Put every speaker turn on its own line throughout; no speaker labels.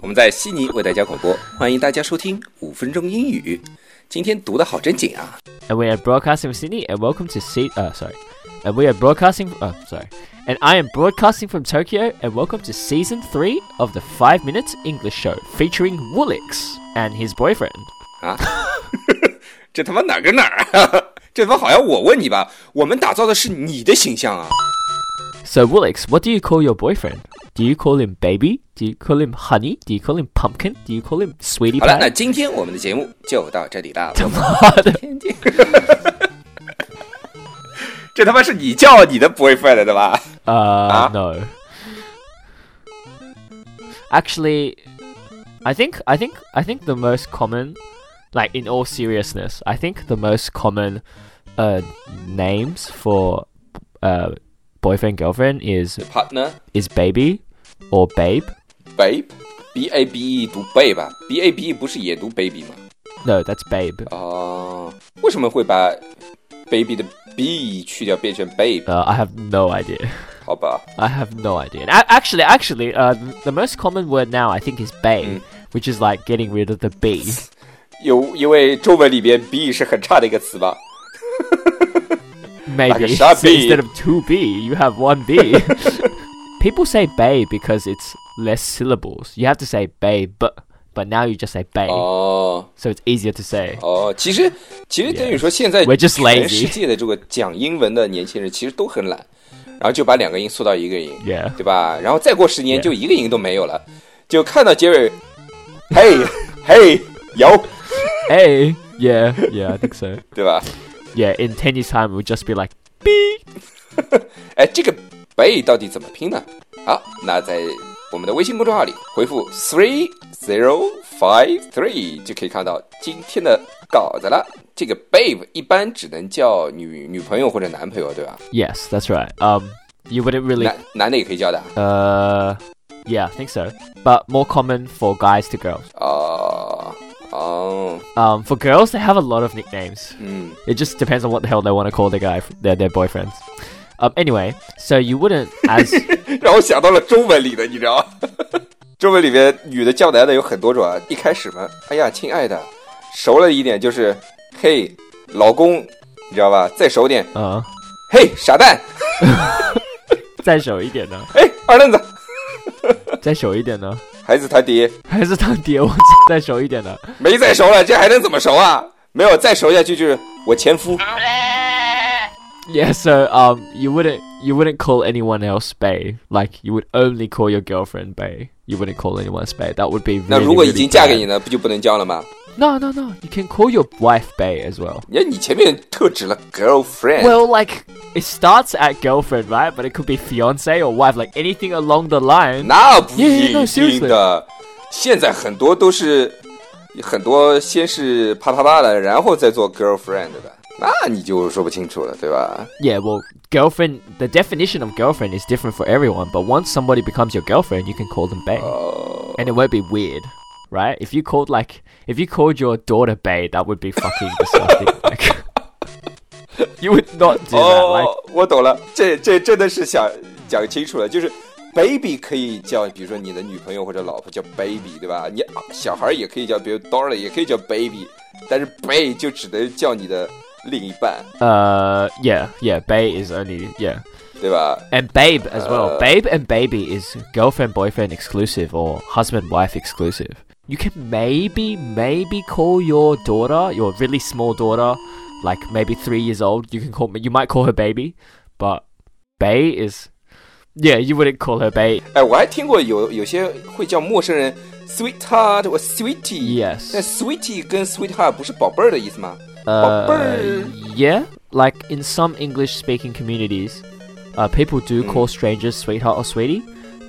我们在悉尼为大家广播，欢迎大家收听五分钟英语。今天读的好真紧啊！
And we are broadcasting from Sydney, and welcome to see. Uh, sorry. And we are broadcasting. Uh, sorry. And I am broadcasting from Tokyo, and welcome to season three of the Five Minutes English Show, featuring Woolix and his boyfriend.
啊，这他妈哪儿跟哪儿啊？ 这他妈好像我问你吧，我们打造的是你的形象啊！
So Woolix, what do you call your boyfriend? Do you call him baby? Do you call him honey? Do you call him pumpkin? Do you call him sweetie
好了，那
pie?
今天我们的节目就到这里啦。我们天见。这他妈是你叫你的 boyfriend 的吧？
Uh,
Huh?
no. Actually, I think I think I think the most common, like in all seriousness, I think the most common uh, names for uh, boyfriend girlfriend is
partner
is baby or babe.
babe b a b e 读 babe 吧，b a b e 不是也读 baby 吗？
No, that's babe.
哦、为什么会把 baby 的 b 去掉变成 babe？
Uh, I have no idea.
好吧，
I have no idea. A- actually, actually, uh, the most common word now I think is bae, which is like getting rid of the b.
有因为中文里边 b 是很差的一个词吧？
Maybe.
Like a sharpie.
So instead of two B, you have one B. People say bay because it's less syllables. You have to say bay, but but now you just say bay,
Oh. 哦
so it's easier to say.
哦，其实其实等于说现在
We're just
全
lazy.
世界的这个讲英文的年轻人其实都很懒，然后就把两个音缩到一个音
Yeah.
对吧？然后再过十年
Yeah.
就一个音都没有了，就看到结尾，嘿嘿有，
Hey, yeah, yeah, I think so.
对吧？
Yeah, in ten years' time, it would just be like
哎，这个 bay 到底怎么拼呢？好，那在我们的微信公众号里回复 three zero five three 就可以看到今天的稿子了。这个 babe 一般只能叫女女朋友或者男朋友，对吧？
yes, that's right. Um, you wouldn't really.
男男的也可以叫的啊。
Uh, yeah, I think so. But more common for guys to girls.
哦哦，
Um, for girls, they have a lot of nicknames.
嗯
It just depends on what the hell they want to call their guy, their their boyfriends. Um, anyway, so you wouldn't as
让我想到了中文里的，你知道吗？ 中文里面女的叫男的有很多种啊。一开始嘛，哎呀，亲爱的，熟了一点就是嘿，老公，你知道吧？再熟点，
uh
嘿，傻蛋，
再熟一点呢，
哎，二愣子，
再熟一点呢，
孩子他爹
还是当爹我再熟一点呢。
没再熟了，这还能怎么熟啊？没有再熟下去就是我前夫。
Yeah, so um, you wouldn't you wouldn't call anyone else bae. Like you would only call your girlfriend bae. You wouldn't call anyone else bae. That would be
那
really,
如果已
really
经嫁给
bad.
你呢，不就不能叫了吗？
No, no, no. You can call your wife bae as well.
你看你前面特指了 girlfriend，
Well, like it starts at girlfriend, right? But it could be fiance or wife. Like anything along the line.
那不
Yeah, yeah,
一
no,
定的。现在很多都是很多先是啪啪啪的，然后再做 girlfriend 的，那你就说不清楚了，对吧？
Yeah, well, girlfriend. The definition of girlfriend is different for everyone, but once somebody becomes your girlfriend, you can call them bae, and it won't be weird, right? If you called like if you called your daughter bae, that would be fucking disgusting. like, you would not do that.
哦
Like,，
我懂了，这这真的是想讲清楚了，就是 baby 可以叫，比如说你的女朋友或者老婆叫 baby，对吧？你啊小孩也可以叫，比如 Dora 也可以叫 baby，但是 bay 就只能叫你的另一半，
uh, yeah, yeah, bae is only yeah,
对吧？
and babe as
Uh.
well. babe and baby is girlfriend boyfriend exclusive or husband wife exclusive. You can maybe maybe call your daughter, your really small daughter, like maybe three years old. You can call you might call her baby, but bay is Yeah, you wouldn't call her babe.
哎，我还听过有有些会叫陌生人 sweetheart 或 sweetie。那
Yes.
sweetie 跟 sweetheart 不是宝贝儿的意思吗？宝贝
Uh,
儿
yeah, like in some English speaking communities, uh, people do
Mm.
call strangers sweetheart or sweetie.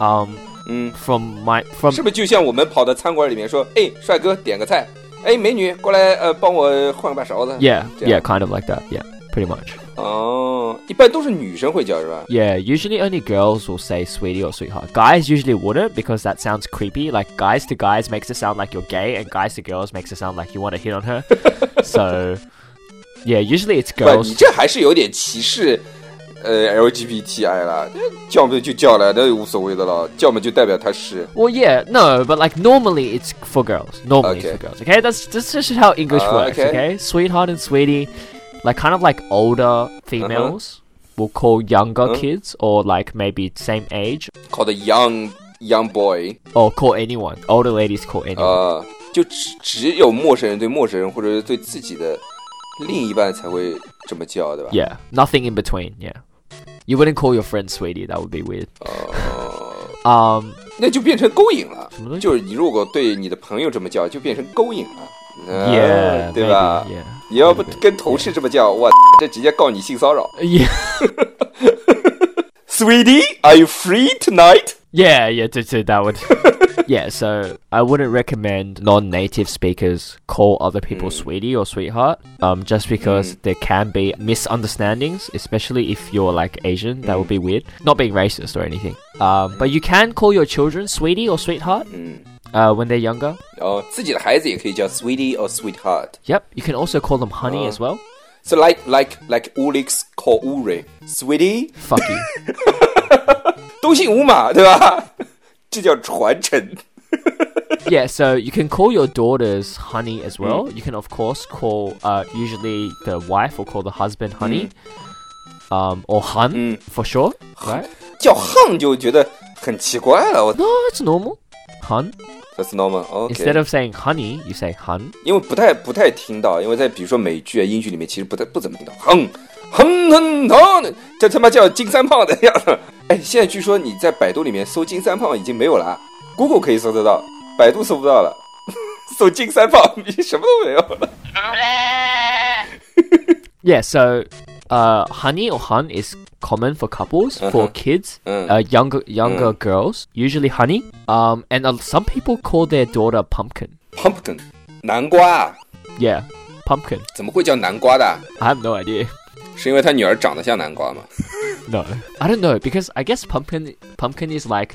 Um,
嗯，
from my from
是不是就像我们跑到餐馆里面说，哎，帅哥点个菜，哎，美女过来，呃，帮我换个把勺子。
yeah,
Yeah.
yeah, kind of like that. Yeah, pretty much.
哦，一般都是女生会叫是吧？
Yeah, usually only girls will say sweetie or sweetheart. Guys usually wouldn't because that sounds creepy. Like guys to guys makes it sound like you're gay, and guys to girls makes it sound like you want to hit on her. so, yeah, usually it's
不，你
girls.
这还是有点歧视，呃，LGBTI 了，叫么就叫了，那无所谓的了，叫么就代表他是
Well, yeah, no, but like normally it's for girls. Normally
Okay.
it's for girls. Okay, that's that's just how English
Ah,
works.
okay.
Okay? sweetheart and sweetie, like kind of like older females will call younger
Uh-huh.
kids or like maybe same age
called a young young boy。
or call anyone. Older ladies call anyone.
啊，就只只有陌生人对陌生人或者是对自己的另一半才会这么叫，对吧？
Yeah, nothing in between. Yeah, you wouldn't call your friend sweetie. That would be weird.
哦，
Um,
那就变成勾引了
什么东。西
就是你如果对你的朋友这么叫，就变成勾引了。嗯
yeah,
对吧
maybe, yeah,
你要不跟同事这么叫，哇，这直接告你性骚扰。
yeah,
Sweetie, are you free tonight?
yeah, yeah. So, so that would. yeah, so I wouldn't recommend non-native speakers call other people sweetie or sweetheart. Um, just because there can be misunderstandings, especially if you're like Asian, that would be weird. Not being racist or anything. Um, but you can call your children sweetie or sweetheart. Uh, when they're younger.
哦，自己的孩子也可以叫 sweetie or sweetheart。
Yep, you can also call them honey as well.
So like like like Ulix call Uri sweetie，
Fuck you.
都姓乌嘛，对吧？这叫传承。
yeah, so you can call your daughters honey as well. You can, of course, call uh, usually the wife or call the husband honey, um, or hun for sure, right?
叫 hung 就觉得很奇怪了。我
No, it's normal. Hun.
That's normal. OK，
Instead of saying honey, you say hun.
因为不太不太听到，因为在比如说美剧啊、英剧里面，其实不太不怎么听到 hung hung hung hung，这他妈叫金三胖的样子。哎，现在据说你在百度里面搜金三胖已经没有了啊，Google 可以搜得到，百度搜不到了，搜金三胖你什么都没有了。
Yeah, so uh, honey or hun is common for couples, for kids,
Mm.
uh, younger younger girls, usually honey. Um, and uh, some people call their daughter pumpkin.
Pumpkin，南瓜啊
Yeah, pumpkin.
怎么会叫南瓜的啊？
I have no idea.
是因为他女儿长得像南瓜吗？
No, I don't know because I guess pumpkin pumpkin is like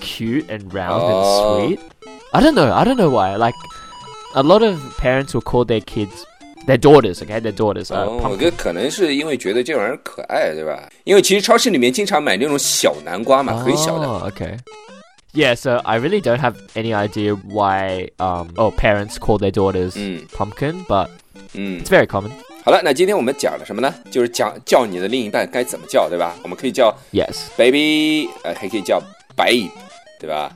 cute and round
Oh.
and sweet. I don't know. I don't know why. Like a lot of parents will call their kids their daughters. Okay, their daughters are
哦，我
pumpkin.
觉得可能是因为觉得这玩意儿可爱，对吧？因为其实超市里面经常买那种小南瓜嘛，很小的。
Oh, okay. Yeah, so I really don't have any idea why um oh parents call their daughters
Mm.
pumpkin, but
嗯
it's，very common.
好了，那今天我们讲了什么呢？就是讲叫你的另一半该怎么叫，对吧？我们可以叫
Yes.
baby，呃，还可以叫 babe，对吧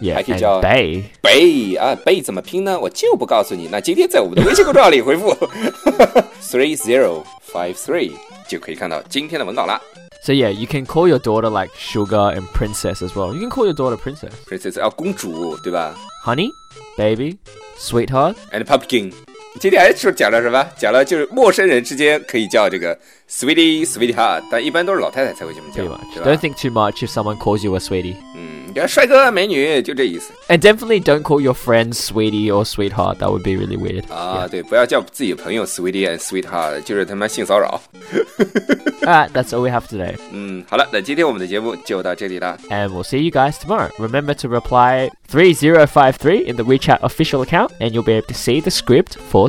Yeah.
I can
and
tell.
bay.
？babe 啊，babe 怎么拼呢？我就不告诉你。那今天在我们的微信公众号里回复 three zero five three 就可以看到今天的文稿啦。
So yeah, you can call your daughter like sugar and princess as well. You can call your daughter princess.
Princess 啊，公主对吧
honey, baby, sweetheart.
？And pumpkin，今天还是讲了什么？讲了就是陌生人之间可以叫这个 sweetie sweetheart，但一般都是老太太才会这么叫
Pretty
对
much. Don't
吧？
think too much if someone calls you a sweetie.
嗯，你看帅哥美女就这意思。
And definitely don't call your friends sweetie or sweetheart. That would be really weird.
啊，对，不要叫自己朋友 sweetie and sweetheart，就是他妈性骚扰。
Alright, that's all we have today.
嗯，好了，那今天我们的节目就到这里了。
And we'll see you guys tomorrow. Remember to reply 3053 in the WeChat official account, and you'll be able to see the script for